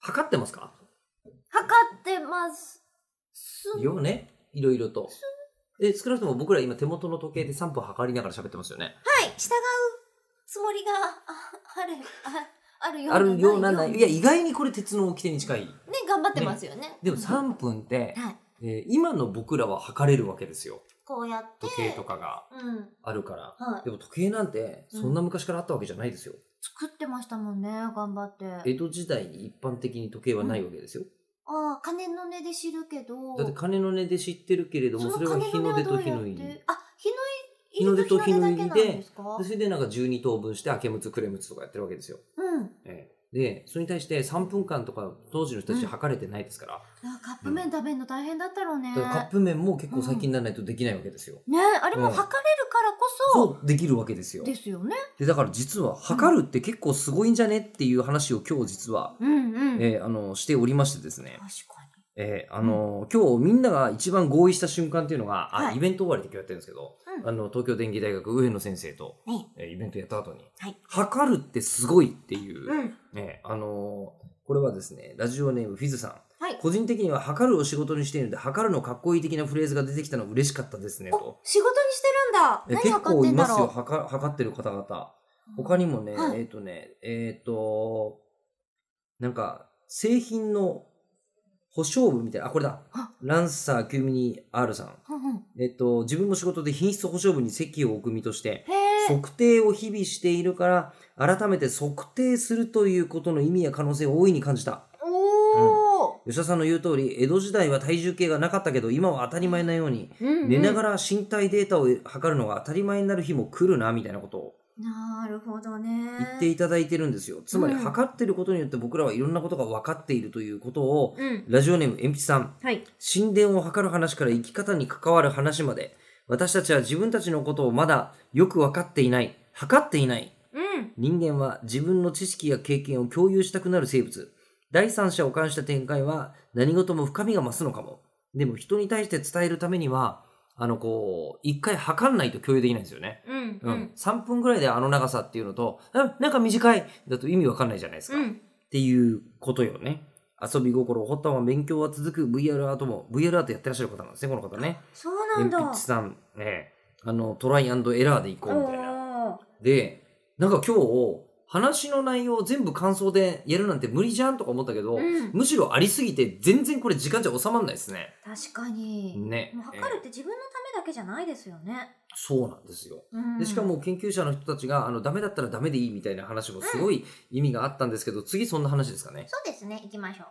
測ってますか測ってます。すよね。いろいろと。え、少なくとも僕ら今手元の時計で3分測りながら喋ってますよね。はい、従うつもりがあある、ああるようなあるようなない。いね、や、意外にこれ鉄の掟に近い。頑張ってますよね。でも3分って、はい。えー今の僕らは測れるわけですよ。こうやって。時計とかがうん。あるから。はい。でも時計なんて、そんな昔からあったわけじゃないですよ。作ってましたもんね、頑張って。江戸時代に一般的に時計はないわけですよ。ああ、鐘の音で知るけど。だって鐘の音で知ってるけれども、それは日の出と日の入鐘の音はどうやっりて。あ、日日のの入出りとと日日のの出入だけりなんでですかでそれでなんか12等分して、明けむつ、くれむつとかやってるわけですよ。うん。ええで、それに対して3分間とか当時の人たち測れてないですから、あカップ麺食べるの大変だったろうね。だからカップ麺も結構最近にならないとできないわけですよ。ね、あれも測れるからこそ、そう、できるわけですよ。ですよね。で、だから実は測るって結構すごいんじゃねっていう話を今日実は、うんうん。ええあの、しておりましてですね確。かに。えーあのー今日みんなが一番合意した瞬間っていうのが、あはいイベント終わりで今日やってるんですけど、うんあの東京電機大学上野先生と、はいえーイベントやった後に、はい測るってすごいっていう、うん。えーあのーこれはですねラジオネームフィズさんはい。個人的には測るを仕事にしているので測るのかっこいい的なフレーズが出てきたの嬉しかったですねと。仕事にしてるんだ。え何結測っ構ていんだますよろ測測ってる方々う。他にもね、はいえっ、とねえっ、となんか製品の保証部みたいなあこれだあランサー9ミニ R さんうんうんえっ、と自分も仕事で品質保証部に籍を置く身としてへ え。測定を日々しているから改めて測定するということの意味や可能性を大いに感じたおお。吉田さんの言う通り江戸時代は体重計がなかったけど今は当たり前なように寝ながら。ら身体データを測るのが当たり前になる日も来るなみたいなことをなるほどね。言っていただいてるんですよ。つまりうん測ってることによって僕らはいろんなことが分かっているということを、うん。ラジオネームえんぴつさん、はい。神殿を測る話から生き方に関わる話まで、私たちは自分たちのことをまだよく分かっていない、測っていない。うん。人間は自分の知識や経験を共有したくなる生物。第三者を冠した展開は何事も深みが増すのかも。でも人に対して伝えるためには、あのこう、一回測んないと共有できないんですよね。うん。うん。3分ぐらいであの長さっていうのと、うん、なんか短いだと意味わかんないじゃないですか。うっん。ていうことよね。遊び心を掘ったまま勉強は続く VR アートも、VR アートやってらっしゃる方なんですね、この方ね。そうなんだ。鉛筆さん、ね、あの、トライアンドエラーでいこうみたいな。おーで、なんか今日、話の内容を全部感想でやるなんて無理じゃんとか思ったけど、うんむしろありすぎて全然これ時間じゃ収まんないですね。確かに。ね。もう測るって自分のためだけじゃないですよね。えーそうなんですよ。うんでしか。も研究者の人たちがあのダメだったらダメでいいみたいな話もすごい意味があったんですけど、次そんな話ですかねそうですね。行きましょう。